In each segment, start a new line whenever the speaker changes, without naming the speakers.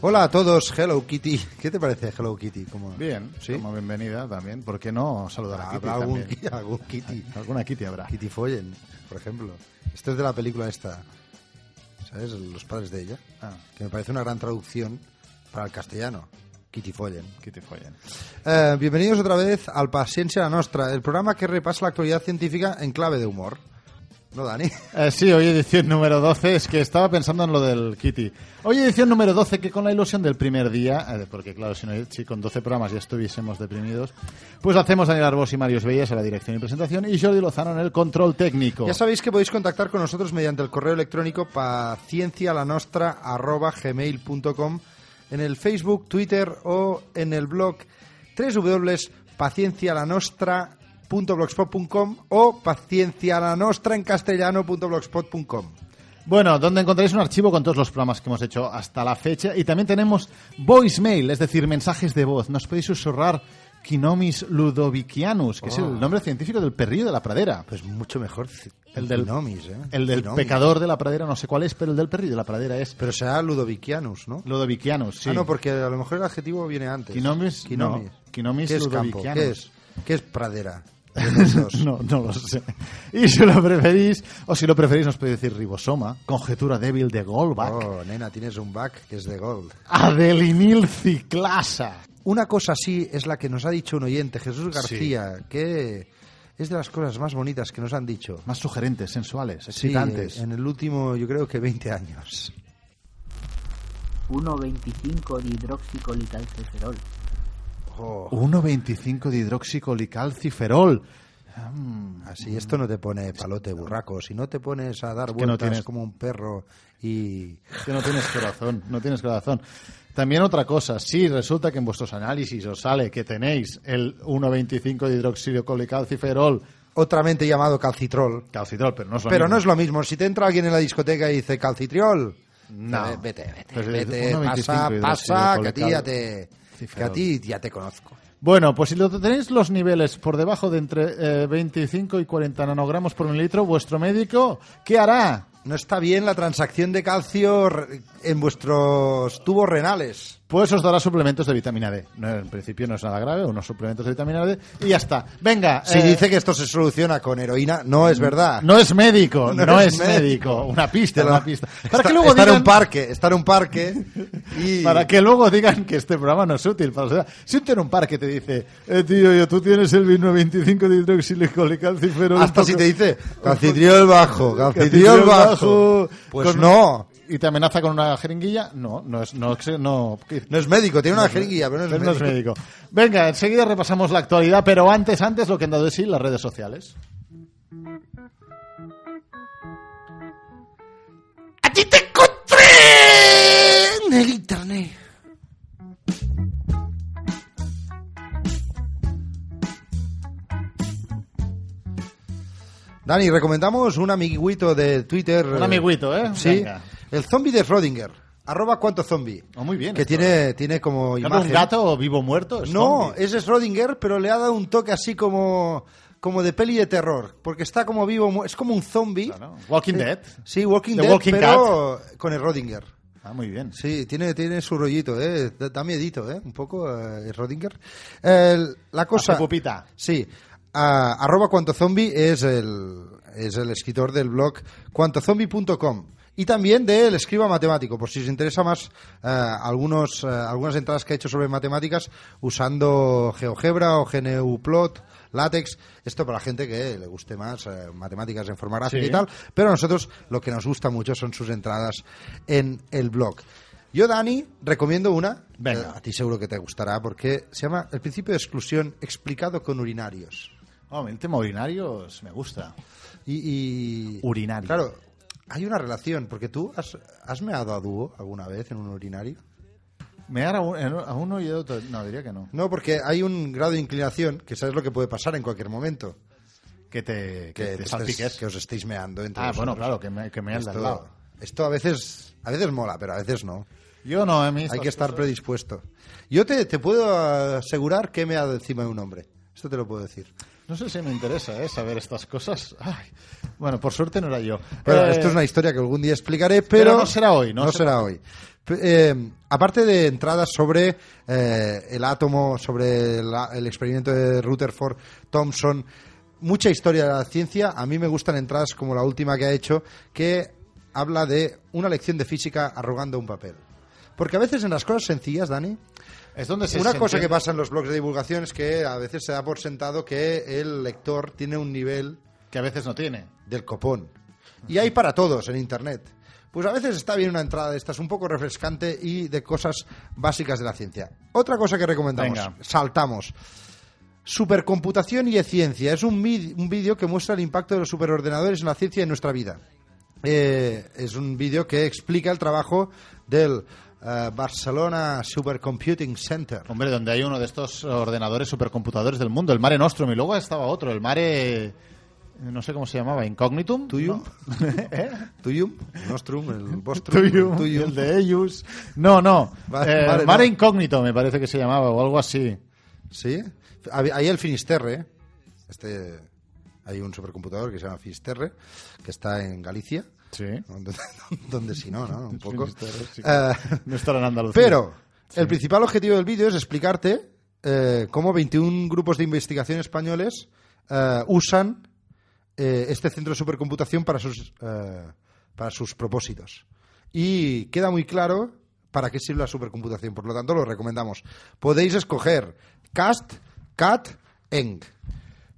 Hola a todos, Hello Kitty. ¿Qué te parece Hello Kitty? ¿Cómo-
Bien,
¿Sí?
como bienvenida también. ¿Por qué no saludar a Kitty
Habrá algún,
también?
algún Kitty.
Alguna Kitty habrá.
Kitty Follen, por ejemplo. Este es de la película esta, ¿sabes? Los padres de ella.
Ah.
Que me parece una gran traducción para el castellano. Kitty Follen.
Kitty Follen.
Eh, bienvenidos otra vez al Paciencia la Nostra, el programa que repasa la actualidad científica en clave de humor. ¿No, Dani?
Eh, sí, hoy edición número 12. Es que estaba pensando en lo del Kitty. Hoy edición número 12, que con la ilusión del primer día, eh, porque claro, si, no, si con 12 programas ya estuviésemos deprimidos, pues hacemos a Daniel Arbós y Marius Bellas a la dirección y presentación y Jordi Lozano en el control técnico.
Ya sabéis que podéis contactar con nosotros mediante el correo electrónico paciencialanostra.gmail.com en el Facebook, Twitter o en el blog www.paciencialanostra.blogspot.com o paciencialanostra en castellano.blogspot.com.
Bueno, donde encontraréis un archivo con todos los programas que hemos hecho hasta la fecha y también tenemos voicemail, es decir, mensajes de voz. Nos podéis susurrar Quinomis ludovicianus, que es el nombre científico del perrillo de la pradera.
Ah. Pues mucho mejor
El del-
Nomis, ¿eh?
El del
Nomis.
pecador de la pradera no sé cuál es, pero el del perrillo de la pradera es
Pero será Ludovicianus, ¿no?
ludovicianus, sí.
Ah, no, porque a lo mejor el adjetivo viene antes.
Quinomis,
Quinomis.
no. Quinomis
¿Qué es campo?
ludoviquianus.
¿Qué es? ¿Qué es pradera? De los dos.
No, no lo sé. Y si lo preferís, o si lo preferís, nos podéis decir ribosoma, conjetura débil de Goldbach,
Oh, nena, tienes un back que es de gold.
adelinil ciclasa.
Una cosa así es la que nos ha dicho un oyente, Jesús García, que es de las cosas más bonitas que nos han dicho.
Más sugerentes, sensuales,
Sí,
excitantes.
en el último, yo creo que 20 años.
1,25 dihidroxicolicalciferol.
1,25 de hidroxicolicalciferol.
Así, esto no te pone palote burraco. Si no te pones a dar
que no
vueltas
tienes-
como un perro y...
Que no tienes corazón, no tienes corazón. También otra cosa, si resulta que en vuestros análisis os sale que tenéis el 1,25 de hidroxicolicalciferol,
Otra mente llamado calcitrol.
calcitrol, pero no es lo
Pero
mismo.
no es lo mismo. Si te entra alguien en la discoteca y dice calcitriol,
No.
eh, vete, vete,
Pero
vete,
1,25
pasa,
hidróxido
pasa, que a ti
colecado.
ya te, que a ti ya te conozco.
Bueno, pues si lo tenéis los niveles por debajo de entre eh, 25 y 40 nanogramos por mililitro, vuestro médico, ¿qué hará?
No está bien la transacción de calcio re- en vuestros tubos renales.
Pues os dará suplementos de vitamina D. No, en principio no es nada grave, unos suplementos de vitamina D y ya está. Venga.
Si
eh,
dice que esto se soluciona con heroína, no es verdad.
No es médico,
No
no,
es
es,
médico.
médico. Una pista,
Pero-
una pista. Para
está,
que luego
está en
digan,
un parque, está en un parque y
para que luego digan que este programa no es útil. Para, o sea, si tú en un parque te dice, eh, tío, yo tú tienes el vino 25 de hidroxilicalciferol.
hasta si te dice calcitriol bajo, calcitriol
Calcitriol
bajo, pues
con-
no.
y te amenaza con una jeringuilla, no, no es, no, no,
No es médico, tiene una jeringuilla, pero no es
pero no
médico.
es médico. Venga, enseguida repasamos la actualidad, pero antes, antes lo que han dado de sí las redes sociales.
¡A ti te encontré en el internet! Dani, recomendamos un amiguito de Twitter.
Un amiguito, ¿eh?
Sí.
Venga.
El zombie de Schrödinger. Arroba cuánto zombie.
Oh, muy bien
Que
esto.
tiene, tiene como
¿Gato
imagen.
un gato o vivo muerto? ¿Es
No,
zombie?
es Schrödinger, pero le ha dado un toque así como, como de peli de terror. Porque está como vivo, mu- es como un zombie. Eh,
Claro. Walking Dead.
Sí, Walking
The
Dead,
Walking
pero con el Rodinger.
Ah, muy bien.
Sí, tiene, tiene su rollito, ¿eh? Da, da miedito, ¿eh? Un poco, eh, el Rodinger. El- la cosa...
Hace pupita.
Sí. Ah, arroba cuantozombie es el, es el escritor del blog cuantozombie.com y también del escriba matemático, por si os interesa más ah, algunos, ah, algunas entradas que ha hecho sobre matemáticas usando GeoGebra o GNUplot, LaTeX, esto para la gente que le guste más eh, matemáticas en forma gráfica
Sí.
y tal, pero a nosotros lo que nos gusta mucho son sus entradas en el blog. Yo, Dani, recomiendo una
Venga.
eh, a ti seguro que te gustará porque se llama El principio de exclusión explicado con urinarios.
Hombre, el tema urinarios me gusta.
Y, y-
Urinario.
Claro, hay una relación porque tú has, has meado a dúo alguna vez en un urinario.
¿Me hará un- en- a uno y a otro? No, diría que no.
No, porque hay un grado de inclinación que sabes lo que puede pasar en cualquier momento.
Que te, que
Que,
te
estés-
salpiques.
que os estéis meando entre
Ah, bueno,
vosotros.
claro, que me, que me han
esto,
dado.
esto a veces a veces mola, pero a veces no.
Yo no, a mí
Hay
estas
que estar
cosas-
predispuesto. Yo te, te puedo asegurar que he meado encima de un hombre. Esto te lo puedo decir.
No sé si me interesa ¿eh? saber estas cosas. Ay, bueno, por suerte no era yo.
Pero
Eh,
esto es una historia que algún día explicaré, pero,
pero no será hoy, no será
será hoy. P- eh, aparte de entradas sobre eh, el átomo, sobre la- el experimento de Rutherford Thompson, mucha historia de la ciencia. A mí me gustan entradas como la última que ha hecho, que habla de una lección de física arrugando un papel. Porque a veces en las cosas sencillas, Dani,
es donde se
una
se
cosa que
entiende-
pasa en los blogs de divulgación es que a veces se da por sentado que el lector tiene un nivel
que a veces no tiene.
del copón. Y hay para todos en Internet. Pues a veces está bien una entrada de estas, un poco refrescante y de cosas básicas de la ciencia. Otra cosa que recomendamos,
Venga.
saltamos. Supercomputación y ciencia. Es un, mi- un vídeo que muestra el impacto de los superordenadores en la ciencia y en nuestra vida. Eh, es un vídeo que explica el trabajo del eh, Barcelona Supercomputing Center.
Hombre, donde hay uno de estos ordenadores supercomputadores del mundo, el Mare Nostrum, y luego estaba otro, el Mare. eh, No sé cómo se llamaba, Incognitum.
Tuyum.
¿no? ¿Eh?
Tuyum, Nostrum, el Vostrum,
Tuyum,
el Tuyum.
el de ellos. No, no.
Va-
eh,
Mare,
Mare,
no.
Incógnito me parece que se llamaba, o algo así.
Sí. Hab- Hay el Finisterre. Este, hay un supercomputador que se llama Finisterre, que está en Galicia.
Sí.
¿no? Donde, donde si no, ¿no? Un poco.
Finisterre, sí.
Eh,
No estará en Andalucía.
pero el principal objetivo del vídeo es explicarte eh, cómo 21 grupos de investigación españoles eh, usan eh, este centro de supercomputación para sus, eh, para sus propósitos. Y queda muy claro para qué sirve la supercomputación. Por lo tanto, lo recomendamos. Podéis escoger CAST, CAT, ENG.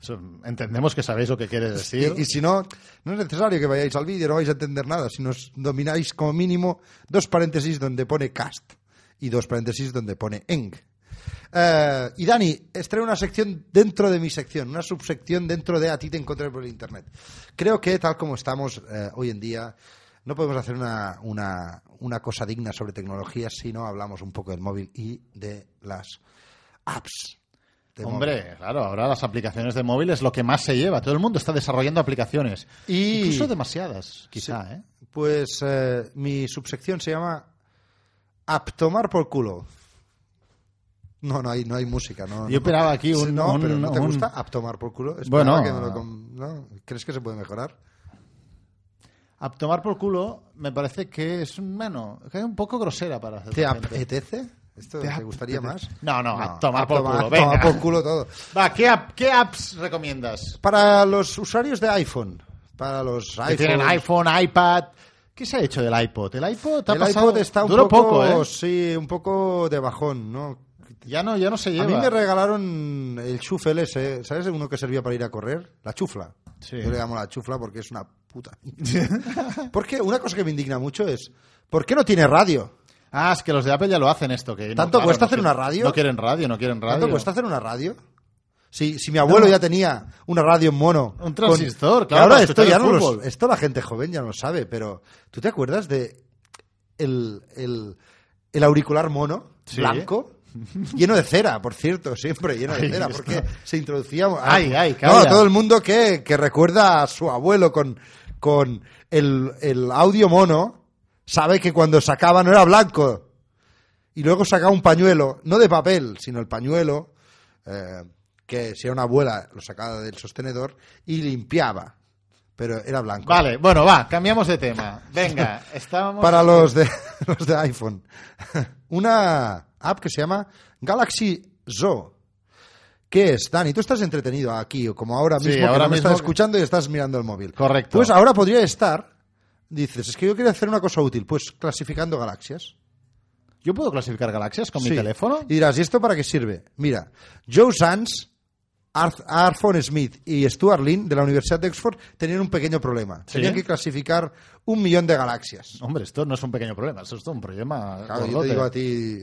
Son- Entendemos que sabéis lo que quieres decir.
Y, y si no, no es necesario que vayáis al vídeo, no vais a entender nada. Si nos domináis como mínimo dos paréntesis donde pone cast y dos paréntesis donde pone eng. Eh, y Dani, estreno una sección dentro de mi sección, una subsección dentro de A ti te encontré por el Internet. Creo que tal como estamos eh, hoy en día, no podemos hacer una, una, una cosa digna sobre tecnología si no hablamos un poco del móvil y de las apps. de móvil.
Hombre, claro, ahora las aplicaciones de móvil es lo que más se lleva. Todo el mundo está desarrollando aplicaciones.
Y-
Incluso demasiadas, quizá,
Sí.
¿eh?
Pues eh, mi subsección se llama Aptomar tomar por culo. No, no hay, no hay música. No,
Yo
no.
esperaba aquí un-
No,
un-
pero ¿no te
un-
gusta Aptomar tomar por culo?
Bueno.
Esperaba que me lo com- ¿no? ¿Crees que se puede mejorar?
A tomar por culo me parece que es un bueno, que es un poco grosera para hacer.
¿Te apetece? ¿Esto
Te
te,
apetece.
gustaría más?
No, no, a tomar por culo,
a tomar
venga.
por culo todo.
Va, ¿qué, app- qué apps recomiendas?
Para los usuarios de iPhone, para los
Que tienen
iPhones,
iPhone, iPad. ¿Qué se ha hecho del iPod? El iPod ha
el
pasado-
iPod está un
duró
poco,
¿eh?
sí, un poco de bajón, ¿no?
Ya no, ya no se lleva.
A mí me regalaron el chufel ese, ¿sabes? Uno que servía para ir a correr, la chufla.
Sí.
Yo le llamo la chufla porque es una puta. porque una cosa que me indigna mucho es, ¿por qué no tiene radio?
Ah, es que los de Apple ya lo hacen esto. Que no,
¿Tanto cuesta hacer
quieren-
una radio?
No quieren radio, no quieren radio.
¿Cuánto cuesta hacer una radio? Si, si mi abuelo ya tenía una radio en mono.
Un transistor,
que
claro,
Ahora
para
esto ya
escuchar
no
el
lo-
fútbol.
esto la gente joven ya no lo sabe, pero ¿tú te acuerdas de el, el, el auricular mono
Sí.
blanco? Lleno de cera, por cierto, siempre lleno de
Ahí
cera,
está.
porque se introducía.
Ay, ay,
ah, no,
calla.
todo el mundo que, que recuerda a su abuelo con, con el, el audio mono sabe que cuando sacaba no era blanco, y luego sacaba un pañuelo, no de papel, sino el pañuelo, eh, que si era una abuela lo sacaba del sostenedor y limpiaba, pero era blanco.
Vale, bueno, va, cambiamos de tema. Venga, estábamos.
Para los de, los de iPhone, una app que se llama Galaxy Zoo. ¿Qué es, Dani? Tú estás entretenido aquí, o como ahora
Sí,
mismo, que
ahora
no me estás
mismo-
escuchando y estás mirando el móvil.
Correcto.
Pues ahora podría estar, dices, es que yo quería hacer una cosa útil, pues clasificando galaxias.
¿Yo puedo clasificar galaxias con
Sí.
mi teléfono?
Y dirás, ¿y esto para qué sirve? Mira, Joe Sands, Arth- Arthur Smith y Stuart Lin de la Universidad de Oxford tenían un pequeño problema.
Sí.
Tenían que clasificar un millón de galaxias.
Hombre, esto no es un pequeño problema, esto es un problema.
Claro, yo te
gordote.
digo a ti,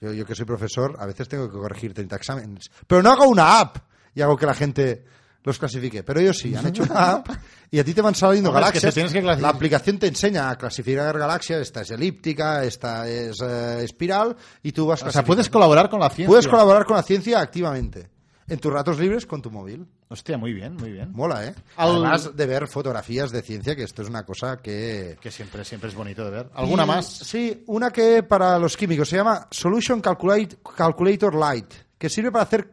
yo, yo que soy profesor, a veces tengo que corregir 30 exámenes. Pero no hago una app y hago que la gente los clasifique. Pero ellos sí, han hecho una app y a ti te van saliendo
Hombre, es que
galaxias.
te tienes que clasificar.
la aplicación te enseña a clasificar galaxias. Esta es elíptica, esta es eh, espiral y tú vas
O sea,
clasificando.
puedes colaborar con la ciencia.
Puedes colaborar con la ciencia activamente. En tus ratos libres con tu móvil.
Hostia, muy bien, muy bien.
Mola, ¿eh?
Al-
Además de ver fotografías de ciencia, que esto es una cosa que...
Que siempre, siempre es bonito de ver. ¿Alguna
Y-
más?
Sí, una que para los químicos se llama Solution Calculate- Calculator Lite, que sirve para hacer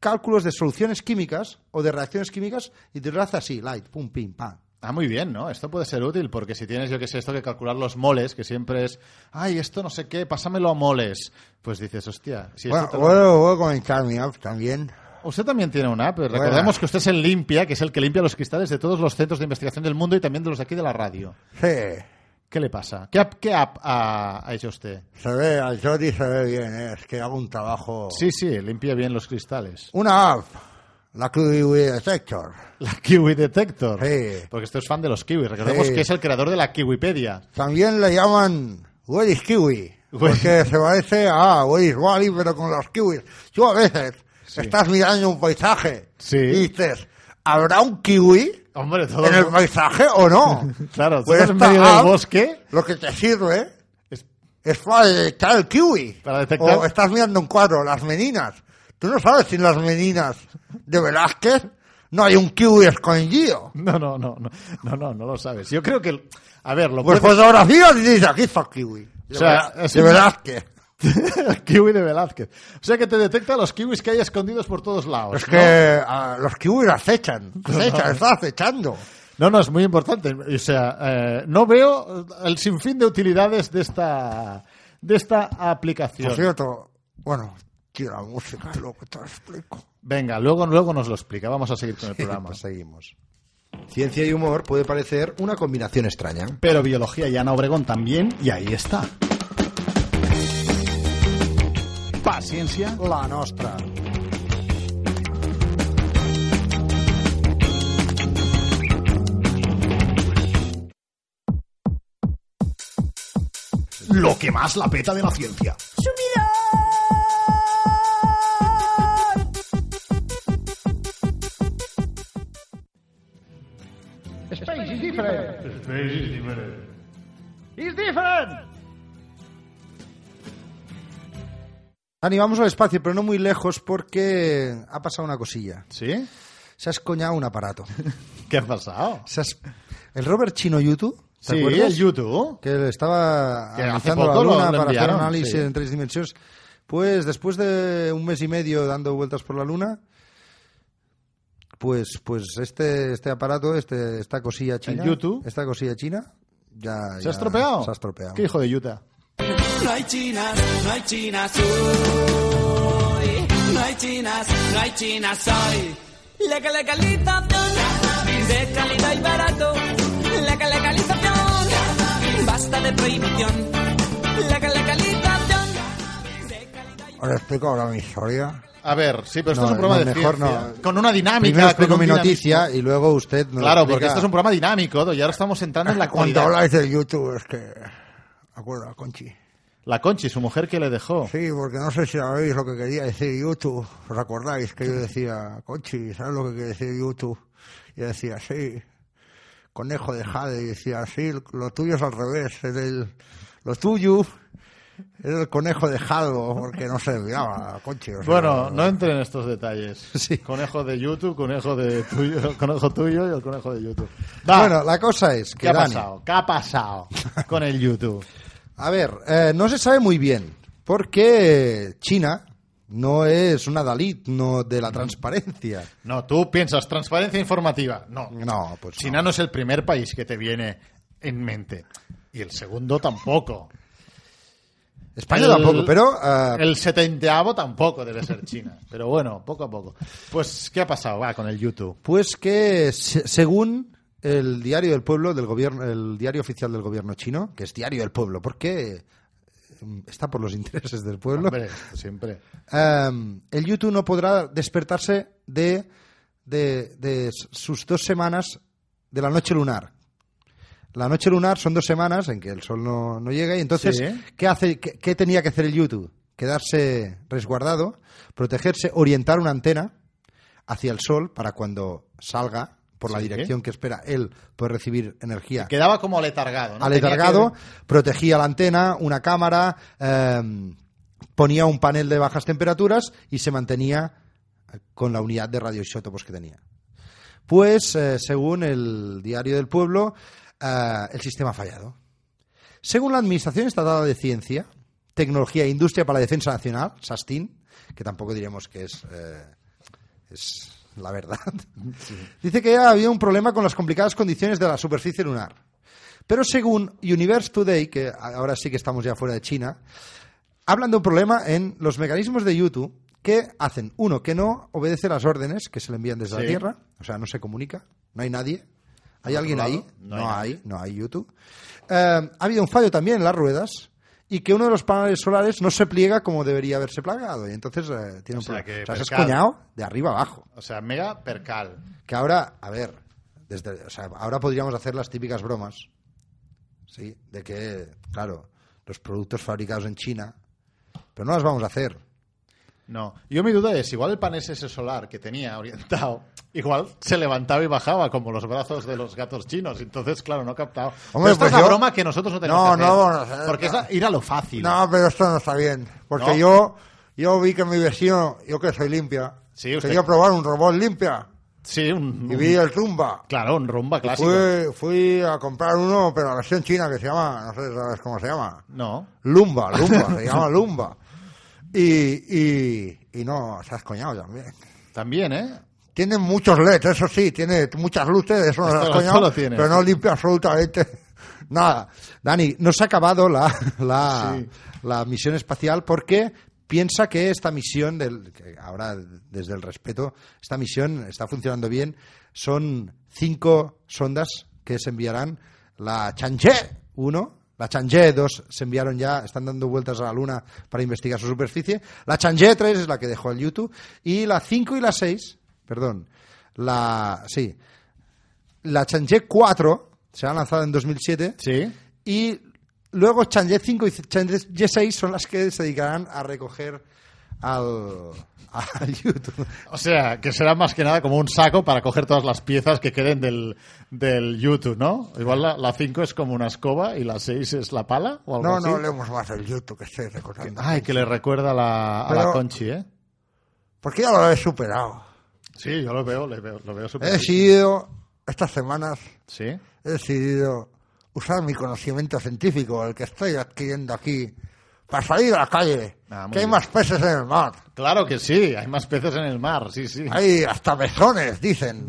cálculos de soluciones químicas o de reacciones químicas y te lo hace así, light, pum, pim, pam.
Ah, muy bien, ¿no? Esto puede ser útil porque si tienes, yo qué sé, esto que calcular los moles, que siempre es, ay, esto no sé qué, pásamelo a moles. Pues dices, hostia, si
Bueno,
esto te lo-
bueno, voy a comentar mi app también.
Usted también tiene una app. eh. Recordemos que usted es el limpia, que es el que limpia los cristales de todos los centros de investigación del mundo y también de los de aquí de la radio.
Sí,
¿Qué le pasa? ¿Qué app, qué app ha, ha hecho usted?
se ve, al Jordi se ve bien, eh, es que hago un trabajo.
Sí, sí, limpia bien los cristales.
Una app, la QIWI Detector.
La Kiwi Detector.
Sí.
Porque usted es fan de los kiwis. Recordemos
Sí.
que es el creador de la Kiwipedia.
También le llaman Where is Kiwi,
Where-
porque se parece a Where is Wally, pero con los kiwis. Tú a veces
Sí.
estás mirando un paisaje
Sí.
y dices, ¿habrá un kiwi
Hombre, todo.
en el paisaje o no?
Claro, tú
Pues
estás en
esta
medio del
app
bosque.
Lo que te sirve
Es-
es para detectar el kiwi.
Para detectar.
O estás mirando un cuadro, las meninas. Tú no sabes si en las meninas de Velázquez no hay un kiwi escondido.
No, no, no, no, no, no, no lo sabes. Yo creo que. el- A ver, lo
Pues
puedes-
fotografías y dices, aquí está el kiwi. De,
O sea,
Vela-
es
de
un-
Velázquez. pues-
el kiwi de Velázquez. O sea que te detecta los kiwis que hay escondidos por todos lados.
Es
¿no?
que ah, los kiwis acechan. Acechan, están acechando.
No, no, es muy importante. O sea, eh, no veo el sinfín de utilidades de esta, de esta
Por
aplicación.
cierto, bueno, tío, la música, luego te lo explico.
Venga, luego, luego nos lo explica. Vamos a seguir con el programa.
Pues
eh,
seguimos.
Ciencia y humor puede parecer una combinación extraña.
Pero biología y Ana Obregón también, y ahí está. Paciencia.
La nostra.
Lo que más la peta de la ciencia.
Space is different. Space is different. It's different.
Dani, vamos al espacio, pero no muy lejos porque ha pasado una cosilla.
¿Sí?
Se ha escoñado un aparato.
¿Qué ha pasado?
Se ha es- El Robert Chino Yutu, ¿te
Sí,
acuerdas?
el YouTube.
que estaba
Que hace
analizando la
poco lo-
Luna
lo
para hacer
enviaron,
análisis
sí.
en tres dimensiones. Pues después de un mes y medio dando vueltas por la Luna, pues, pues este, este aparato, este, esta cosilla china,
Yutu.
esta cosilla china, ya
¿Se
ya
ha estropeado?
Se ha estropeado.
¿Qué hijo de Utah?
No hay chinas, no hay chinas hoy. No hay chinas, no hay chinas hoy. La legalización de calidad y barato. La legalización, basta de prohibición. La legalización de calidad y
Ahora explico ahora mi historia.
A ver, sí, pero esto
No,
es un programa
no,
de
mejor
ciencia.
no.
Con una dinámica.
Primero explico
con un
mi
dinamismo.
noticia y luego usted nos
Claro,
explica-
porque esto es un programa dinámico y ahora estamos entrando en la
Cuando
actualidad.
habláis de YouTube es que... Acuerda, Conchi.
La Conchi, su mujer que le dejó.
Sí, porque no sé si sabéis lo que quería decir YouTube. ¿Os acordáis que yo decía, Conchi, ¿sabes lo que quiere decir YouTube? Y decía, sí, conejo de jade. Y decía, sí, lo tuyo es al revés. es el- lo tuyo es el conejo de jado, porque no se miraba, Conchi. o sea,
Bueno, no entre en estos detalles. Conejo de YouTube, conejo de tuyo, conejo tuyo y el conejo de YouTube. Va,
Bueno, la cosa es que,
¿qué ha
Dani,
pasado? ¿Qué ha pasado con el YouTube?
a ver, eh, no se sabe muy bien, porque China no es una Dalit no de la transparencia.
No, tú piensas transparencia informativa. No.
No, pues no.
China no. es el primer país que te viene en mente. Y el segundo tampoco.
España
El-
tampoco, pero... ah,
El setenteavo tampoco debe ser China. Pero bueno, poco a poco. Pues, ¿qué ha pasado? Va, con el YouTube.
Pues que se- según el diario del pueblo del gobierno, el diario oficial del gobierno chino, que es diario del pueblo, porque mm, está por los intereses del pueblo,
Hombre, siempre.
em, el YouTube no podrá despertarse de, de- de s- sus dos semanas de la noche lunar. La noche lunar son dos semanas en que el sol no, no llega y entonces,
Sí.
¿qué, hace, qué, qué tenía que hacer el YouTube? Quedarse resguardado, protegerse, orientar una antena hacia el sol para cuando salga por la
Sí.
dirección que espera él poder recibir energía
Quedaba como aletargado. ¿no?
aletargado,
Tenía que-
protegía la antena, una cámara, eh, ponía un panel de bajas temperaturas y se mantenía eh, con la unidad de radioisótopos que tenía. Pues, eh, según el Diario del Pueblo, eh, el sistema ha fallado. Según la Administración Estatal de Ciencia, Tecnología e Industria para la Defensa Nacional, SASTIN, que tampoco diremos que es eh, Es la verdad. Dice que ha habido un problema con las complicadas condiciones de la superficie lunar. Pero según Universe Today, que a- ahora sí que estamos ya fuera de China, hablan de un problema en los mecanismos de YouTube que hacen, uno, que no obedece las órdenes que se le envían desde
Sí.
la Tierra, o sea, no se comunica, no hay nadie. ¿Hay alguien ahí?
no
No,
hay
hay, no hay YouTube. Eh, ha habido un fallo también en las ruedas y que uno de los paneles solares no se pliega como debería haberse plagado y entonces eh, tiene
O
un
sea,
problema.
que
o sea, se has
pescado.
coñado de arriba abajo.
O sea, mega percal.
Que ahora, a ver, desde, o sea, ahora podríamos hacer las típicas bromas, ¿sí? De que, claro, los productos fabricados en China, pero no las vamos a hacer.
No. Yo mi duda es, igual el panel ese solar que tenía orientado, igual se levantaba y bajaba como los brazos de los gatos chinos. Entonces, claro, no captaba. Pero
Hombre,
esta
pues
es la
yo-
broma que nosotros no tenemos
No,
que hacer,
no, no, no, no.
Porque es la- ir a lo fácil.
No, pero esto no está bien, porque
¿No?
yo, yo vi que mi vecino, yo que soy limpia,
Sí, usted-
quería probar un robot limpia
Sí, un,
y
un-
vi el tumba.
claro, un rumba clásico.
Fui, fui a comprar uno, pero la versión china que se llama, no sé sabes cómo se llama.
No.
Lumba, Lumba, se llama Lumba. Y, y, y no, se ha escoñado también.
También, ¿eh?
Tiene muchos LEDs, eso sí, tiene muchas luces, eso no
Esto-
lo has
esto
coñado,
lo tiene.
pero no limpia absolutamente nada. Dani, no se ha acabado la, la, la misión espacial porque piensa que esta misión, del, que ahora desde el respeto, esta misión está funcionando bien. Son cinco sondas que se enviarán. La Chang'e 1, la Chang'e 2 se enviaron ya, están dando vueltas a la Luna para investigar su superficie. La Chang'e 3 es la que dejó el YouTube. Y la 5 y la 6, perdón, la... sí, la Chang'e 4 será lanzada en 2007
Sí.
y luego Chang'e 5 y Chang'e 6 son las que se dedicarán a recoger al, al YouTube.
O sea, que será más que nada como un saco para coger todas las piezas que queden del, del YouTube, ¿no? Igual la 5 es como una escoba y la 6 es la pala o algo
No,
así.
no hablemos más del YouTube que estoy recordando.
Ay, que le recuerda a la, a la
Pero-
Conchi, ¿eh?
Porque ya lo he superado.
Sí, yo lo veo, le veo lo veo
He
súper.
decidido, estas semanas,
Sí.
he decidido usar mi conocimiento científico, el que estoy adquiriendo aquí, para salir a la calle,
Ah, muy
que hay
bien.
más peces en el mar.
Claro que sí, hay más peces en el mar, sí, sí. Hay,
Hay hasta mezones, dicen.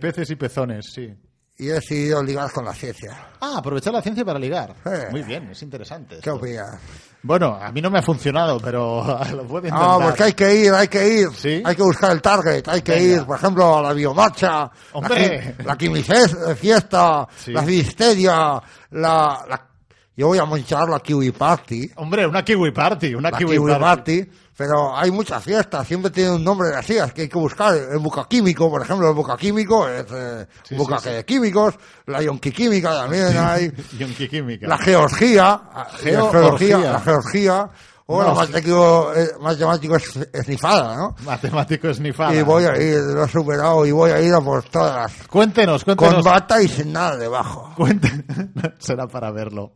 peces y pezones, sí.
Y he decidido ligar con la ciencia.
Ah, aprovechar la ciencia para ligar.
Eh.
Muy bien, es interesante.
¿Qué
esto.
opinas?
Bueno, a mí no me ha funcionado, pero lo puedo
No,
intentar.
Ah, porque hay que ir, hay que ir.
¿Sí?
Hay que buscar el target, hay que
Venga.
ir, por ejemplo, a la biomarcha,
¡Hombre!
la, qui- la quimices- eh, fiesta,
Sí.
la fisteria, la, la- Yo voy a monchar la kiwi party.
Hombre, una kiwi party, una
la
kiwi, party.
pero hay muchas fiestas, siempre tiene un nombre así, es que hay que buscar el bucaquímico, por ejemplo, el bucaquímico es eh,
Sí,
bucaque
sí, sí.
de químicos, la yonquiquímica también hay,
Yonki Química.
la georgía, ah,
Georgía.
la geología, la georgía, o
No,
la
sí.
matemático, eh, matemático es, esnifada, ¿no?
Matemático es
Y voy a ir, lo he superado, y voy a ir a por todas,
Cuéntenos, cuéntenos.
con bata y sin nada debajo.
Cuente- Será para verlo.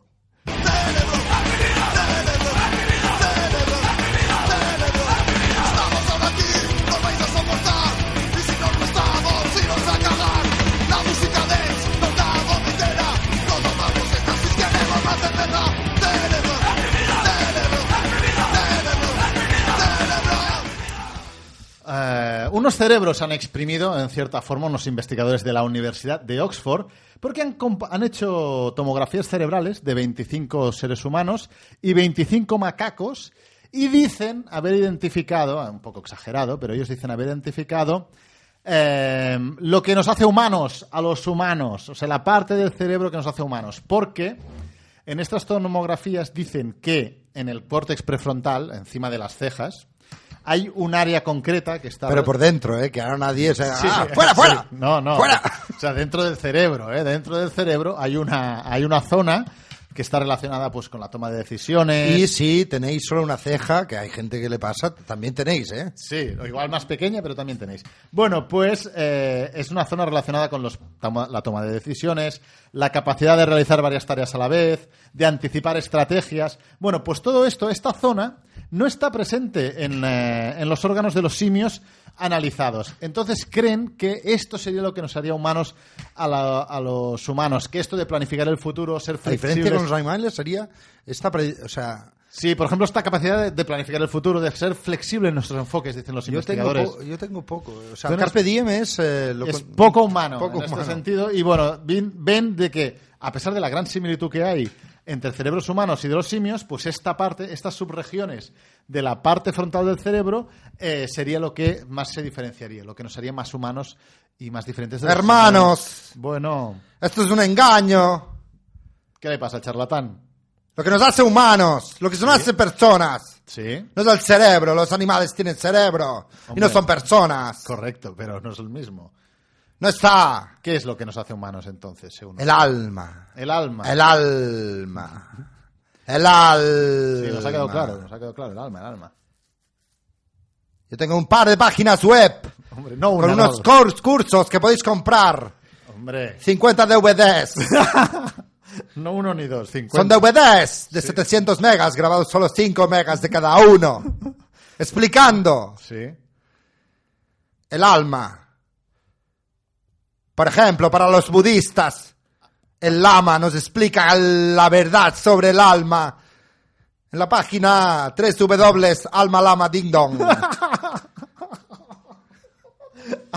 Eh, unos cerebros han exprimido, en cierta forma, unos investigadores de la Universidad de Oxford, porque han, comp- han hecho tomografías cerebrales de 25 seres humanos y 25 macacos y dicen haber identificado, un poco exagerado, pero ellos dicen haber identificado eh, lo que nos hace humanos a los humanos, o sea, la parte del cerebro que nos hace humanos, porque en estas tomografías dicen que en el córtex prefrontal, encima de las cejas, hay un área concreta que está...
Pero por dentro, ¿eh? Que ahora nadie se...
Sí,
¡Ah,
sí.
¡Fuera, fuera!
Sí. No, no.
¡Fuera!
O sea, dentro del cerebro, ¿eh? Dentro del cerebro hay una, hay una zona que está relacionada pues con la toma de decisiones.
Y si tenéis solo una ceja, que hay gente que le pasa, también tenéis, ¿eh?
Sí, o igual más pequeña, pero también tenéis. Bueno, pues eh, es una zona relacionada con los toma- la toma de decisiones, la capacidad de realizar varias tareas a la vez, de anticipar estrategias. Bueno, pues todo esto, esta zona, no está presente en, eh, en los órganos de los simios analizados. Entonces creen que esto sería lo que nos haría humanos a, la- a los humanos, que esto de planificar el futuro, ser
La diferencia
flexibles...
con los animales sería esta, pre- o sea,
Sí, por ejemplo, esta capacidad de, de planificar el futuro, de ser flexible en nuestros enfoques, dicen los
Yo tengo,
investigadores.
po- yo tengo poco. O sea,
Yo no-
Carpe Diem es... eh, lo
es
con-
poco humano
poco
en este
humano.
sentido. Y bueno, ven, ven de que, a pesar de la gran similitud que hay entre cerebros humanos y de los simios, pues esta parte, estas subregiones de la parte frontal del cerebro eh, sería lo que más se diferenciaría, lo que nos haría más humanos y más diferentes. de los
¡Hermanos!
simios. Bueno,
Esto es un engaño.
¿qué le pasa al charlatán?
Lo que nos hace humanos, lo que nos hace personas.
Sí,
No es el cerebro, los animales tienen cerebro y no
Hombre.
son personas.
correcto, pero no es el mismo.
No está
¿Qué es lo que nos hace humanos entonces, según
el alma.
el alma?
El alma. El
Sí,
alma.
nos ha quedado claro, nos ha quedado claro, el alma, el alma.
Yo tengo un par de páginas web
Hombre, no
con
una,
unos
no.
curs- cursos que podéis comprar.
Hombre,
50 DVDs.
no uno ni dos, 50.
Son DVDs de 700 megas, grabados solo 5 megas de cada uno. Explicando
Sí.
el alma. Por ejemplo, para los budistas, el lama nos explica la verdad sobre el alma en la página 3 alma lama ding dong.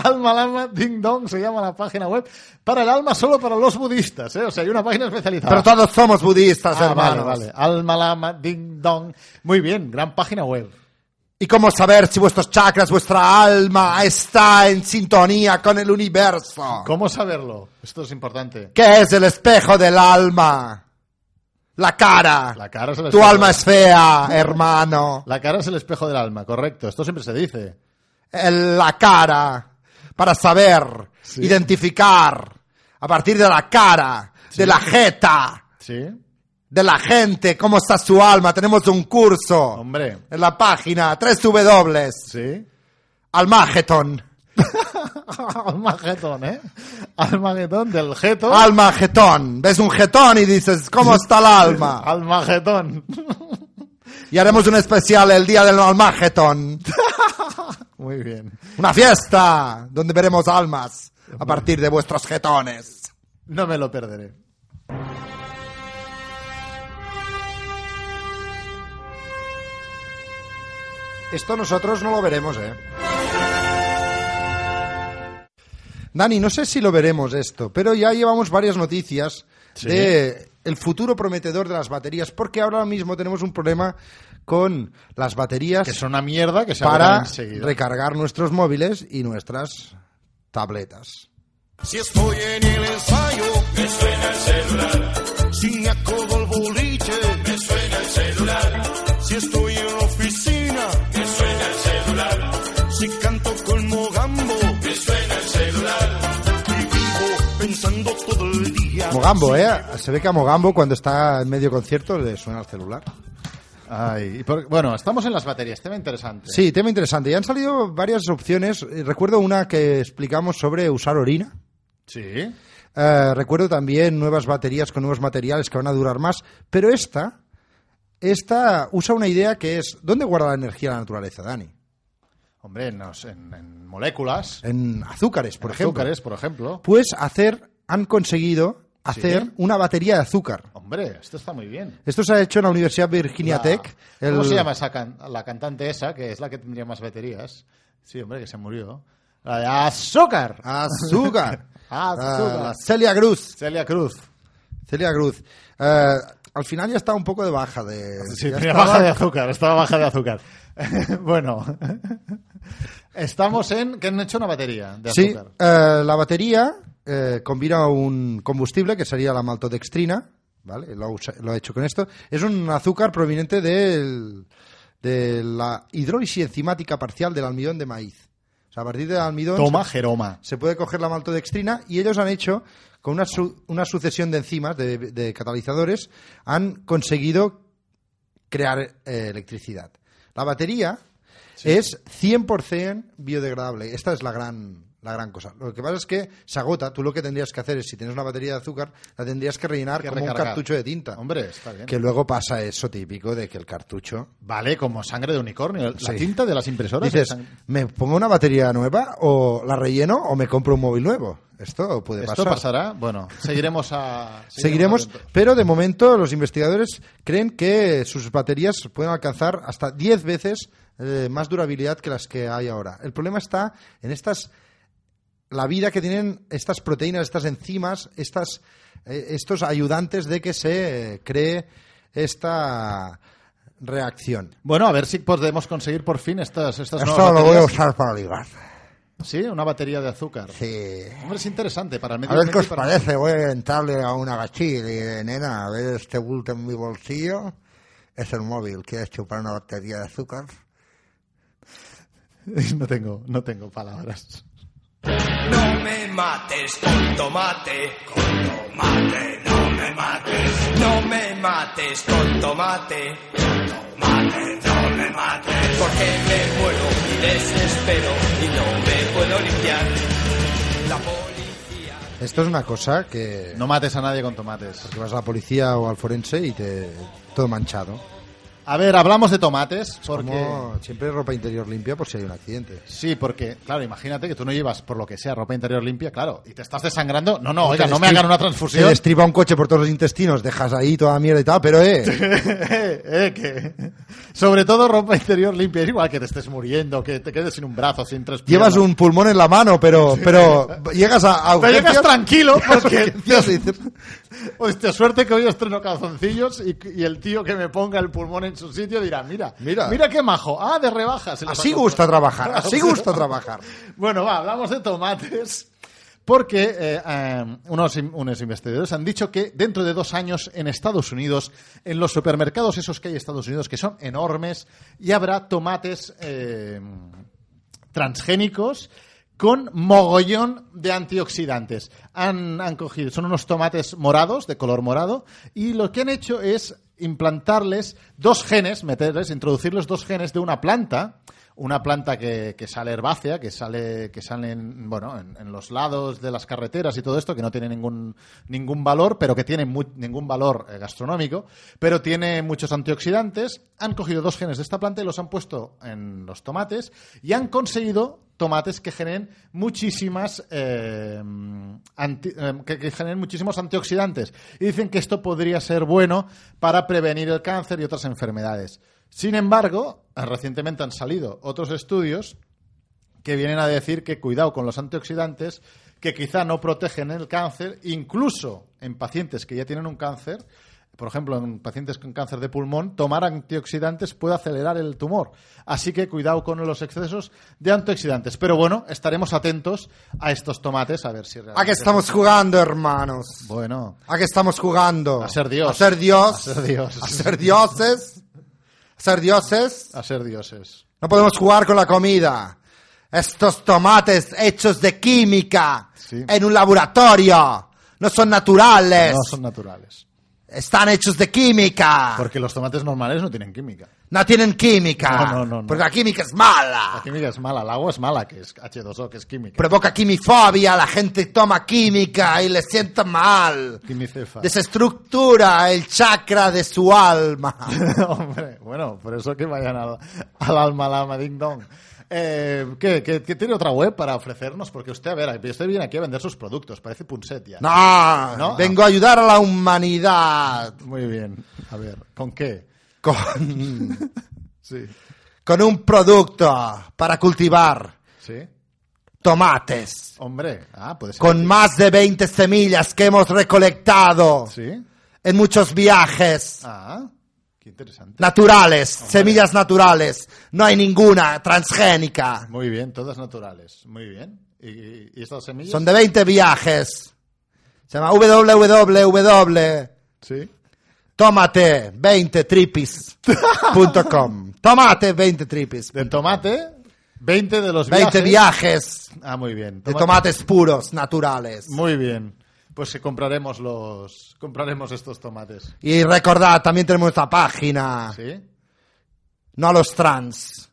Alma Lama Ding Dong se llama la página web para el alma solo para los budistas, ¿eh? O sea, hay una página especializada.
Pero todos somos budistas,
Ah, vale,
hermanos.
vale. Alma Lama Ding Dong. Muy bien, gran página web.
¿Y cómo saber si vuestros chakras, vuestra alma está en sintonía con el universo?
¿Cómo saberlo? Esto es importante.
¿Qué es el espejo del alma? La cara.
La cara es el
tu
espejo.
alma es fea, hermano.
La cara es el espejo del alma, correcto. Esto siempre se dice.
El- la cara. Para saber,
Sí.
identificar. A partir de la cara, de la jeta,
¿Sí?
de la gente, cómo está su alma. Tenemos un curso
Hombre.
en la página 3W.
¿Sí?
Almageton.
Almagetón, ¿eh? Almagetón del geto.
Almageton. Ves un jetón y dices, ¿cómo está el alma?
Almagetón.
Y haremos un especial el día del almageton.
Muy bien.
Una fiesta donde veremos almas a partir de vuestros jetones.
No me lo perderé.
Esto nosotros no lo veremos, ¿eh? Dani, no sé si lo veremos esto, pero ya llevamos varias noticias de el futuro prometedor de las baterías, porque ahora mismo tenemos un problema con las baterías
Que es una mierda que se acabará
para
enseguida.
recargar nuestros móviles y nuestras tabletas.
Si estoy en el ensayo, me suena el celular. Si acodo al boliche, me suena el celular. Si estoy en la oficina, me suena el celular. Si canto con mogambo, me suena el celular. Y vivo pensando todo el día.
Mogambo, ¿eh? Se ve que a Mogambo cuando está en medio concierto le suena el celular.
Ay, y por- bueno, estamos en las baterías, tema interesante.
Sí, tema interesante. Ya han salido varias opciones. Eh, Recuerdo una que explicamos sobre usar orina.
Sí.
Eh, recuerdo también nuevas baterías con nuevos materiales que van a durar más. Pero esta, esta usa una idea que es ¿dónde guarda la energía la naturaleza, Dani?
Hombre, en, los- en- en moléculas,
En azúcares, por
en
ejemplo.
azúcares, por ejemplo.
Pues hacer, han conseguido hacer
Sí.
una batería de azúcar.
Hombre, esto está muy bien.
Esto se ha hecho en la Universidad Virginia
La-
Tech.
¿Cómo
El-
se llama esa can- la cantante esa, que es la que tendría más baterías? Sí, hombre, que se murió. La de azúcar.
Ah. Azúcar.
Azúcar.
Ah, Celia Cruz.
Celia Cruz.
Celia Cruz. Eh, al final ya está un poco de baja de.
Sí,
ya
tenía
estaba-
baja de azúcar, estaba baja de azúcar. bueno, estamos en que han hecho una batería de
Sí,
azúcar.
eh, la batería eh, combina un combustible que sería la maltodextrina, ¿vale? Lo, ha usa- lo ha hecho con esto. Es un azúcar proveniente del- de la hidrólisis enzimática parcial del almidón de maíz. O sea, a partir del almidón
Toma Jeroma.
se puede coger la maltodextrina y ellos han hecho, con una, su- una sucesión de enzimas, de, de catalizadores, han conseguido crear eh, electricidad. La batería es 100% biodegradable. Esta es la gran, la gran cosa. Lo que pasa es que se agota. Tú lo que tendrías que hacer es, si tienes una batería de azúcar, la tendrías que rellenar
Que
como
recargar.
un cartucho de tinta.
Hombre, está bien.
Que luego pasa eso típico de que el cartucho...
Vale, como sangre de unicornio. La
Sí.
tinta de las impresoras. es
Dices,
sang-
¿me pongo una batería nueva o la relleno o me compro un móvil nuevo? Esto puede
¿Esto
pasar.
pasará? Bueno, seguiremos a...
Seguiremos,
atentos.
pero de momento los investigadores creen que sus baterías pueden alcanzar hasta 10 veces eh, más durabilidad que las que hay ahora. El problema está en estas la vida que tienen estas proteínas, estas enzimas, estas, eh, estos ayudantes de que se eh, cree esta reacción.
Bueno, a ver si podemos conseguir por fin estas, estas
Esto
nuevas
lo voy a
baterías.
usar para ligar.
Sí, una batería de azúcar.
Sí.
Hombre, es interesante para el medio
A ver qué
ambiente
os
y para-
parece, voy a entrarle a una gachil y diré, nena, a ver este bulto en mi bolsillo, es el móvil, ¿quieres chupar una batería de azúcar?
No tengo, no tengo palabras.
No me mates con tomate, con tomate, no me mates. No me mates con tomate, con tomate, no me mates. Porque me muero y desespero y no me puedo limpiar. La policía.
Esto es una cosa que,
No mates a nadie con tomates.
que vas a la policía o al forense y te todo manchado.
A ver, hablamos de tomates porque...
Como siempre ropa interior limpia por si hay un accidente.
Sí, porque, claro, imagínate que tú no llevas, por lo que sea, ropa interior limpia, claro, y te estás desangrando. No, no, oiga,
Te
no me
destri-
hagan una
Te
transfusión.
destripa un coche por todos los intestinos, dejas ahí toda la mierda y tal, pero eh,
Eh, eh, que- Sobre todo ropa interior limpia. Es igual que te estés muriendo, que te quedes sin un brazo, sin tres
llevas
piernas.
un pulmón en la mano, pero, pero llegas a, a
Te llegas
urgencias-
tranquilo porque...
urgencias y dices,
Hostia, suerte que hoy estreno calzoncillos y, y el tío que me ponga el pulmón en su sitio dirá, mira, mira,
Mira.
qué majo. Ah, de rebajas. Se los
Así
ha comprado.
gusta trabajar, así gusta trabajar.
Bueno, va, hablamos de tomates. Porque eh, eh, unos, in- unos investigadores han dicho que dentro de dos años en Estados Unidos, en los supermercados esos que hay en Estados Unidos, que son enormes, y habrá tomates eh, transgénicos con mogollón de antioxidantes. Han, han cogido, son unos tomates morados, de color morado, y lo que han hecho es implantarles dos genes, meterles, introducirles dos genes de una planta, una planta que, que sale herbácea, que sale, que sale en, bueno, en, en los lados de las carreteras y todo esto, que no tiene ningún, ningún valor, pero que tiene mu- ningún valor eh, gastronómico, pero tiene muchos antioxidantes. Han cogido dos genes de esta planta y los han puesto en los tomates y han conseguido tomates que generen muchísimas eh, anti- eh, que, que generen muchísimos antioxidantes y dicen que esto podría ser bueno para prevenir el cáncer y otras enfermedades. Sin embargo, eh, recientemente han salido otros estudios que vienen a decir que cuidado con los antioxidantes que quizá no protegen el cáncer, incluso en pacientes que ya tienen un cáncer, por ejemplo, en pacientes con cáncer de pulmón, tomar antioxidantes puede acelerar el tumor. Así que cuidado con los excesos de antioxidantes. Pero bueno, estaremos atentos a estos tomates a ver si realmente...
¿A qué estamos jugando, hermanos?
Bueno,
¿A qué estamos jugando?
A ser Dios.
A ser Dios.
A ser Dios.
A ser dioses. A ser dioses.
a ser dioses.
No podemos jugar con la comida. Estos tomates hechos de química
Sí.
en un laboratorio no son naturales.
No son naturales.
Están hechos de química.
Porque los tomates normales no tienen química.
No tienen química.
No, no, no, no.
Porque la química es
La
mala.
química es mala, el agua es mala, que es H2O, que es química.
Provoca quimifobia. La gente toma química y le sienta mal.
Quimicefa.
Desestructura el chakra de su alma.
Hombre, bueno, por eso que vayan al, al alma lama ding dong. Eh, ¿qué, qué, qué tiene otra web para ofrecernos? Porque usted, a ver, usted viene aquí a vender sus productos, parece Punset ya.
No,
No,
vengo a ayudar a la humanidad
Muy bien, a ver, ¿con qué?
con,
Sí.
con un producto para cultivar
¿Sí?
tomates
Hombre, ah, puede ser.
con más de 20 semillas que hemos recolectado
¿Sí?
en muchos viajes
Ah, qué interesante.
naturales, semillas naturales. No hay ninguna transgénica.
Muy bien, todas naturales, muy bien. ¿Y, y- y estas semillas?
Son de 20 viajes. Se llama www.
Sí.
Tomate20tripis.com. Tomate20tripis.
De tomate, 20 de los
20 viajes.
Ah, muy bien.
De
Tomate-
tomates puros, naturales.
Muy bien. Pues que compraremos los compraremos estos tomates.
Y recordad, también tenemos nuestra página.
¿Sí?
No a los trans.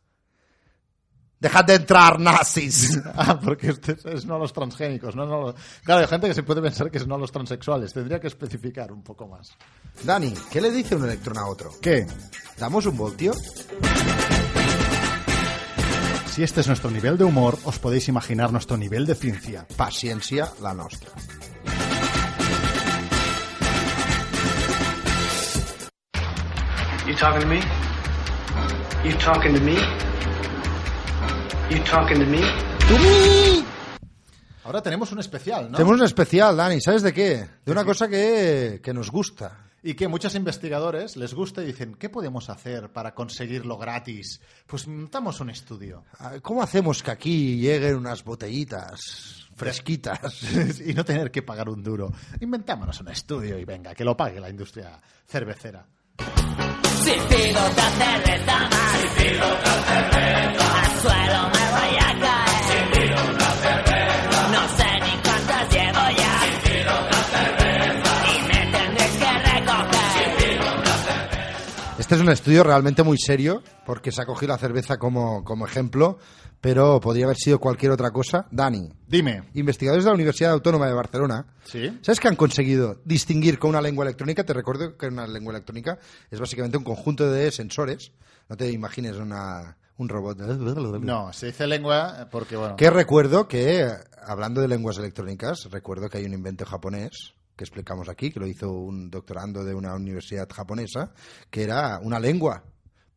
Dejad de entrar nazis.
Ah, porque usted es no a los transgénicos, no, no a los- Claro, hay gente que se puede pensar que es no a los transexuales. Tendría que especificar un poco más.
Dani, ¿qué le dice un electrón a otro?
¿Qué?
¿Damos un voltio?
Si este es nuestro nivel de humor, os podéis imaginar nuestro nivel de ciencia.
Paciència la nostra.
You talking to me? You talking to me? You talking to me?
Ahora tenemos un especial, ¿no?
Tenemos un especial, Dani, ¿sabes de qué? De una cosa que, que nos gusta.
Y que muchos investigadores les gusta y dicen, ¿qué podemos hacer para conseguirlo gratis? Pues montamos un estudio.
Ah, ¿Cómo hacemos que aquí lleguen unas botellitas fresquitas?
y no tener que pagar un duro. Inventámonos un estudio y venga, que lo pague la industria cervecera.
Si pido otra cerveza más. Si pido otra cerveza. Al suelo me voy a caer. Si pido otra cerveza. No sé ni cuántas llevo ya. Si pido otra cerveza. Y me tendréis que recoger.
Este es un estudio realmente muy serio, porque se ha cogido la cerveza como, como ejemplo, pero podría haber sido cualquier otra cosa. Dani,
Dime.
investigadores de la Universidad Autónoma de Barcelona,
¿Sí?
¿sabes qué han conseguido distinguir con una lengua electrónica? Te recuerdo que una lengua electrónica es básicamente un conjunto de sensores. No te imagines una, un robot.
No, se dice lengua porque, bueno...
Que recuerdo que, eh, hablando de lenguas electrónicas, recuerdo que hay un invento japonés que explicamos aquí, que lo hizo un doctorando de una universidad japonesa, que era una lengua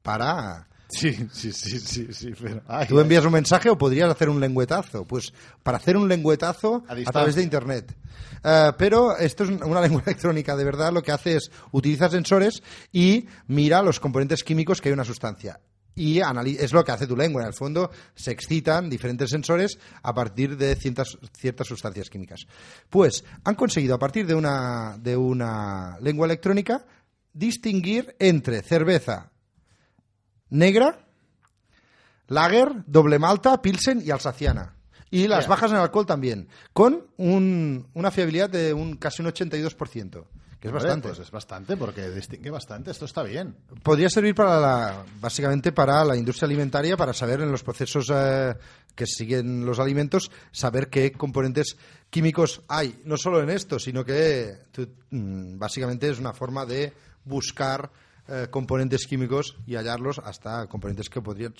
para...
Sí, sí, sí, sí, sí, pero... Ay,
Tú
ay.
envías un mensaje o podrías hacer un lengüetazo. Pues para hacer un lengüetazo
A
a,
distancia.
través de Internet. Eh, pero esto es un- una lengua electrónica, de verdad. Lo que hace es utiliza sensores y mira los componentes químicos que hay en una sustancia. Y anali- es lo que hace tu lengua. En el fondo se excitan diferentes sensores a partir de ciertas, ciertas sustancias químicas. Pues han conseguido, a partir de una, de una lengua electrónica, distinguir entre cerveza negra, Lager, doble malta, Pilsen y Alsaciana. Y las bajas en alcohol también, con un- una fiabilidad de un casi un 82%, que es
Hombre,
bastante.
pues es bastante porque distingue bastante. Esto está bien.
Podría servir para la, básicamente para la industria alimentaria, para saber en los procesos eh, que siguen los alimentos, saber qué componentes químicos hay, no solo en esto, sino que tú, mm, básicamente es una forma de buscar eh, componentes químicos y hallarlos hasta componentes que podrían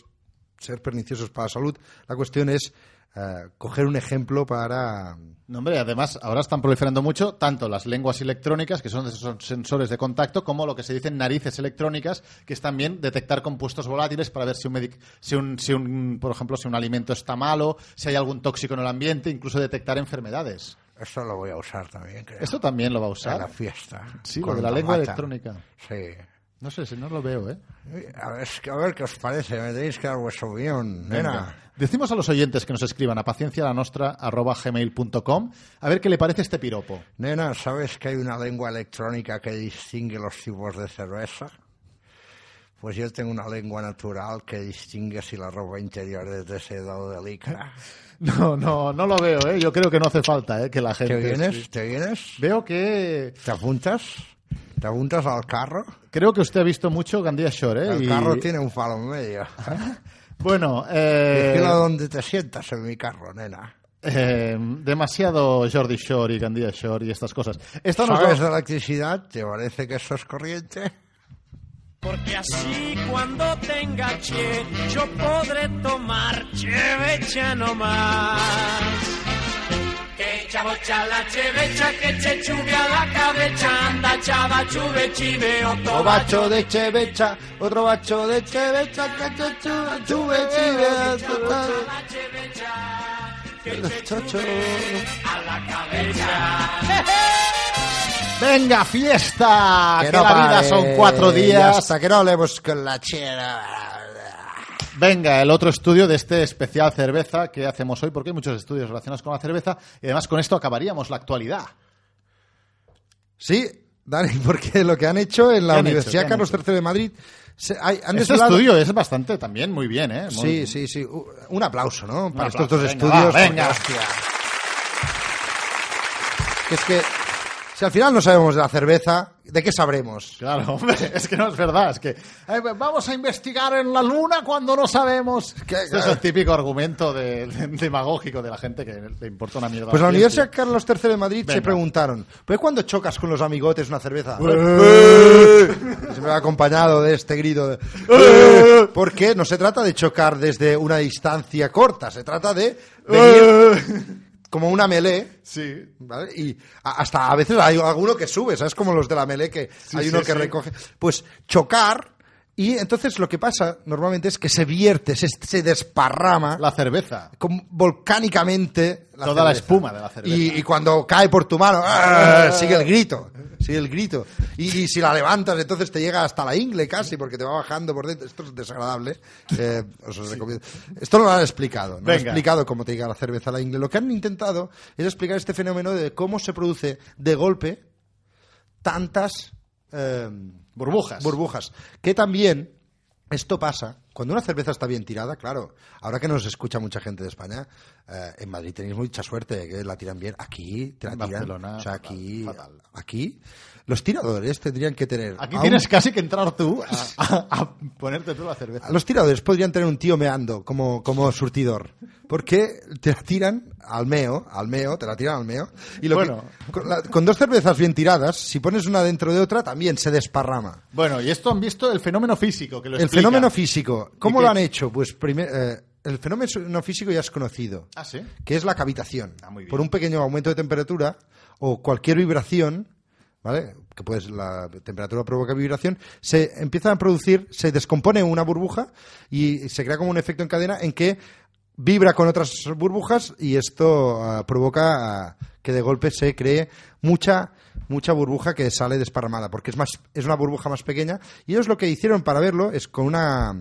ser perniciosos para la salud. La cuestión es eh, coger un ejemplo para...
No, hombre, además ahora están proliferando mucho tanto las lenguas electrónicas, que son esos sensores de contacto, como lo que se dicen narices electrónicas, que es también detectar compuestos volátiles para ver si un, medic- si un, si un, por ejemplo, si un alimento está malo, si hay algún tóxico en el ambiente, incluso detectar enfermedades.
Esto lo voy a usar también, creo.
Esto también lo va a
en la
usar.
fiesta.
Sí, lo
con
de la lengua
mata.
electrónica.
Sí.
No sé, si no lo veo, ¿eh?
A ver, es que- a ver qué os parece, me tenéis que dar vuestra opinión, nena.
Decimos a los oyentes que nos escriban a paciencialanostra.gmail.com a ver qué le parece este piropo.
Nena, ¿sabes que hay una lengua electrónica que distingue los tipos de cerveza? Pues yo tengo una lengua natural que distingue si la ropa interior es de seda o de licra.
No, no, no lo veo, ¿eh? Yo creo que no hace falta, ¿eh? Que la gente...
¿Te vienes? ¿Te vienes?
Veo que...
¿Te apuntas? ¿Te apuntas al carro?
Creo que usted ha visto mucho Gandía Shore, ¿eh?
El
Y-
carro tiene un falo en medio.
Bueno, eh,
Vigila donde te sientas en mi carro, nena.
eh, demasiado Jordi Shore y Gandía Shore y estas cosas. Esta nos
¿Sabes
va-
de electricidad? ¿Te parece que eso es corriente?
Porque así cuando tenga che, yo podré tomar chevecha no más. Que chavocha la chevecha, que che chubia la cabeza, anda chava chuve chive o
Otro
toba
bacho de chevecha, otro bacho de chevecha, que te chuve, chuve, chive, tu, tu,
la chevecha, que
tu,
che
los chochos.
a la cabeza.
¡Venga, fiesta!
Que
Que,
no
la vida
pare,
son cuatro
y
días.
Hasta que no hablemos con la chera.
Venga, el otro estudio de este especial cerveza que hacemos hoy, porque hay muchos estudios relacionados con la cerveza y además con esto acabaríamos la actualidad.
Sí, Dani, porque lo que han hecho en
¿Qué
la
han
Universidad
hecho? ¿Qué han
Carlos
hecho?
III de Madrid. se- hay- han
Este
desvelado-
estudio es bastante también muy bien, ¿eh?
Sí,
Muy-
sí, sí. U- Un aplauso, ¿no? Para
aplauso,
estos dos
venga,
estudios.
va, venga.
porque, hostia, Que es que Si al final no sabemos de la cerveza, ¿de qué sabremos?
Claro, hombre, es que no es verdad. Es que "Eh, vamos a investigar en la luna cuando no sabemos. Este es el típico argumento de- de- demagógico de la gente que le importa una mierda.
Pues en la
ciencia.
Universidad Carlos III de Madrid se
Venga.
preguntaron, ¿pues cuándo chocas con los amigotes una cerveza? Siempre va acompañado de este grito de... Porque no se trata de chocar desde una distancia corta, se trata de venir como una melee
Sí.
¿vale? Y a- hasta a veces hay alguno que sube, ¿sabes? Como los de la melee que hay uno
sí,
que
sí.
recoge. Pues chocar. Y entonces lo que pasa normalmente es que se vierte, se, se desparrama
La cerveza.
con- volcánicamente
Toda la
cerveza.
espuma de la cerveza.
Y, y cuando cae por tu mano, ¡ah! sigue el grito, sigue el grito. Y, y si la levantas, entonces te llega hasta la ingle casi, porque te va bajando por dentro. Esto es desagradable. Eh, os lo recomiendo. Esto no lo han explicado. No han
Venga.
explicado cómo te llega la cerveza a la ingle. Lo que han intentado es explicar este fenómeno de cómo se produce de golpe tantas eh,
Burbujas.
burbujas. Que también esto pasa cuando una cerveza está bien tirada, claro. Ahora que nos escucha mucha gente de España, eh, en Madrid tenéis mucha suerte que la tiran bien. Aquí te la
En
tiran.
Barcelona,
o sea,
fatal,
aquí,
fatal.
aquí los tiradores tendrían que tener.
Aquí
a un-
tienes casi que entrar tú a, a- a ponerte tú la cerveza.
los tiradores podrían tener un tío meando como, como surtidor. Porque te la tiran al meo, al meo, te la tiran al meo. Y lo que-
Bueno.
con, la- con dos cervezas bien tiradas, si pones una dentro de otra, también se desparrama.
Bueno, y esto han visto el fenómeno físico que lo
El
explica.
fenómeno físico, ¿cómo
¿Y
lo
qué?
han hecho? Pues primer- eh, el fenómeno físico ya es conocido,
Ah, sí.
que es la cavitación.
Ah, muy bien.
Por un pequeño aumento de temperatura o cualquier vibración, ¿vale? Que pues la temperatura provoca vibración, se empiezan a producir, se descompone una burbuja y se crea como un efecto en cadena en que vibra con otras burbujas y esto ah, provoca ah, que de golpe se cree mucha mucha burbuja que sale desparramada porque es más es una burbuja más pequeña y ellos lo que hicieron para verlo es con una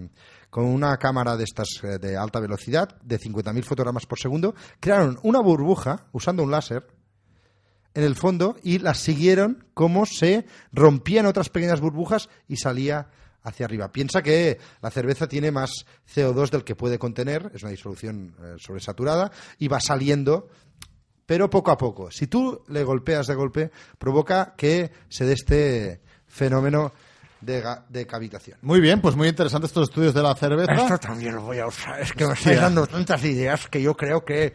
con una cámara de estas eh, de alta velocidad de 50.000 fotogramas por segundo crearon una burbuja usando un láser en el fondo y las siguieron como se rompían otras pequeñas burbujas y salía hacia arriba. Piensa que la cerveza tiene más CO2 del que puede contener, es una disolución eh, sobresaturada y va saliendo, pero poco a poco. Si tú le golpeas de golpe, provoca que se dé este fenómeno de, ga- de cavitación.
Muy bien, pues muy interesante estos estudios de la cerveza.
Esto también lo voy a usar. Es que me estáis dando tantas ideas que yo creo que.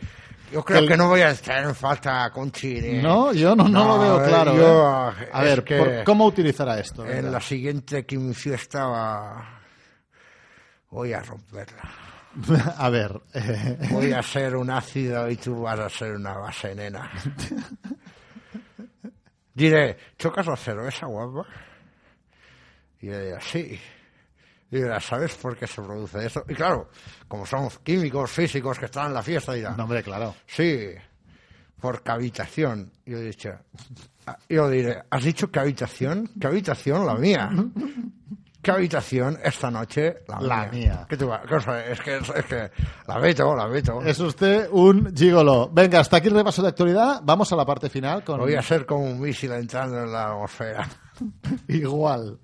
Yo creo
Que el-
que no voy a estar en falta con Chile.
No, yo no, no lo veo claro.
yo,
¿eh?
eh,
A
es
ver,
que
¿por- ¿cómo utilizará esto?
En
verdad?
la siguiente quimfiesta va- voy a romperla.
A ver, eh,
Voy a ser un ácido y tú vas a ser una base, nena. Diré, ¿chocas la cerveza, guapa? Y le diré, sí. Y dirá, ¿sabes por qué se produce eso? Y claro, como somos químicos, físicos que están en la fiesta, dirá,
no, hombre, claro.
sí, por cavitación. Y Yo, he dicho, ah, yo diré, ¿has dicho cavitación? Cavitación, la mía. Cavitación, esta noche, la,
La mía.
¿Qué tú vas? qué os- Es que, es que la veto, la veto.
Es usted un gigolo. Venga, hasta aquí el repaso de actualidad. Vamos a la parte final con
Voy a ser como un misil entrando en la atmósfera.
igual.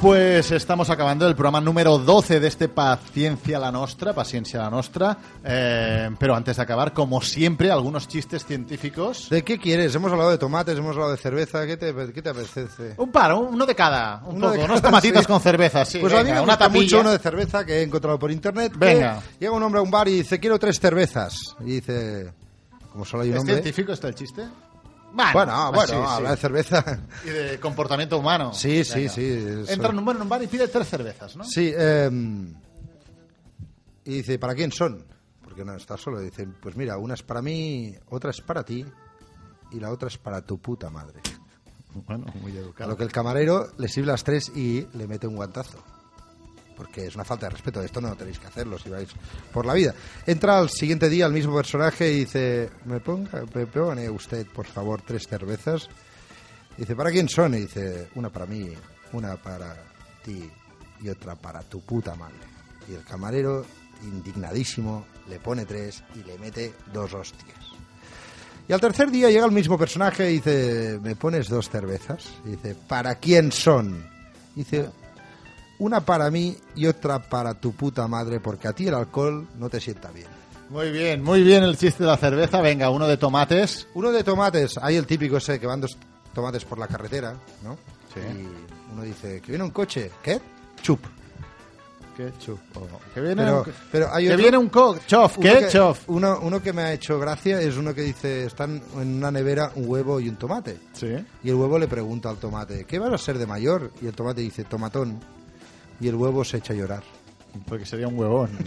Pues estamos acabando el programa número 12 de este Paciencia la Nostra, Paciencia la Nostra. Eh, pero antes de acabar, como siempre, algunos chistes científicos.
¿De qué quieres? Hemos hablado de tomates, hemos hablado de cerveza, ¿qué te, qué te apetece?
Un par, un- uno de cada. Un
Uno de
poco,
cada,
unos tomatitas
sí.
con cerveza, sí.
Pues
venga,
a mí me
una
gusta
tapilla.
mucho uno de cerveza que he encontrado por internet. que
Venga.
Llega un hombre a un bar y dice, quiero tres cervezas. Y dice, como solo hay un
¿Es
hombre...
científico está el chiste? Bueno, pues
Bueno, ah, bueno,
sí, sí.
habla de cerveza.
Y de comportamiento humano.
Sí, sí, sí, es-
Entra en un bar, en un bar y pide tres cervezas, ¿no?
Sí, em, y dice, ¿para quién son? Porque no está solo. Dice, pues mira, una es para mí, otra es para ti y la otra es para tu puta madre.
Bueno, muy
A
educado.
lo que el camarero le sirve las tres y le mete un guantazo. Porque es una falta de respeto. Esto no tenéis que hacerlo si vais por la vida. Entra al siguiente día el mismo personaje y dice, ¿me, ponga, me pone usted, por favor, tres cervezas? Dice, ¿para quién son? Y dice, una para mí, una para ti y otra para tu puta madre. Y el camarero, indignadísimo, le pone tres y le mete dos hostias. Y al tercer día llega el mismo personaje y dice, ¿me pones dos cervezas? Y dice, ¿para quién son? Y dice, una para mí y otra para tu puta madre, porque a ti el alcohol no te sienta bien.
Muy bien, muy bien el chiste de la cerveza. Venga, uno de tomates.
Uno de tomates, hay el típico ese que van dos tomates por la carretera, ¿no? Y uno dice, que viene un coche, ¿qué? Chup.
Qué chupo. Oh, Que viene
Pero,
un,
pero hay
que
otro-
viene un co- chof.
uno
¿Qué
que-
chof?
Uno, uno que me ha hecho gracia es uno que dice, están en una nevera un huevo y un tomate.
Sí.
Y el huevo le pregunta al tomate, ¿qué vas a ser de mayor? Y el tomate dice, tomatón. Y el huevo se echa a llorar.
Porque sería un huevón.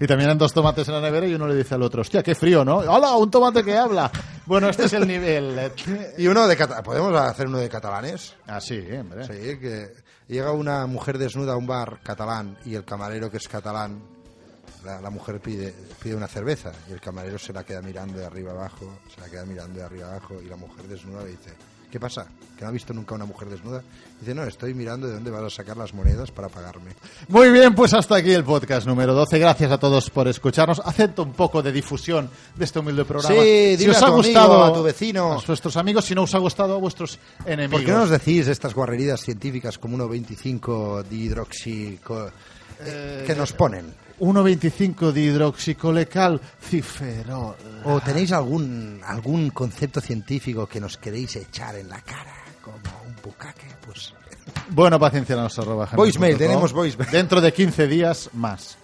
Y también hay dos tomates en la nevera y uno le dice al otro, hostia, qué frío, ¿no? ¡Hola, un tomate que habla! Bueno, este es el nivel. eh.
Y uno de cata- ¿podemos hacer uno de catalanes?
Ah, sí, hombre.
Sí, que llega una mujer desnuda a un bar catalán y el camarero que es catalán, la, la mujer pide, pide una cerveza y el camarero se la queda mirando de arriba abajo, se la queda mirando de arriba abajo y la mujer desnuda le dice, ¿qué pasa? ¿Que no ha visto nunca una mujer desnuda? Dice, no, estoy mirando de dónde vas a sacar las monedas para pagarme.
Muy bien, pues hasta aquí el podcast número 12. Gracias a todos por escucharnos. Acepto un poco de difusión de este humilde programa.
Sí, dile a tu amigo, a tu vecino.
a vuestros amigos, si no os ha gustado, a vuestros enemigos.
¿Por qué no nos decís estas guarrerías científicas como 1,25 dihidroxi co- eh, que nos ponen?
1.25 de hidroxicolecal ciferol.
¿O tenéis algún, algún concepto científico que nos queréis echar en la cara como un bucaque? Pues
Bueno, paciencia, nos arroba gmail punto com.
Voicemail, tenemos voicemail.
Dentro de 15 días más.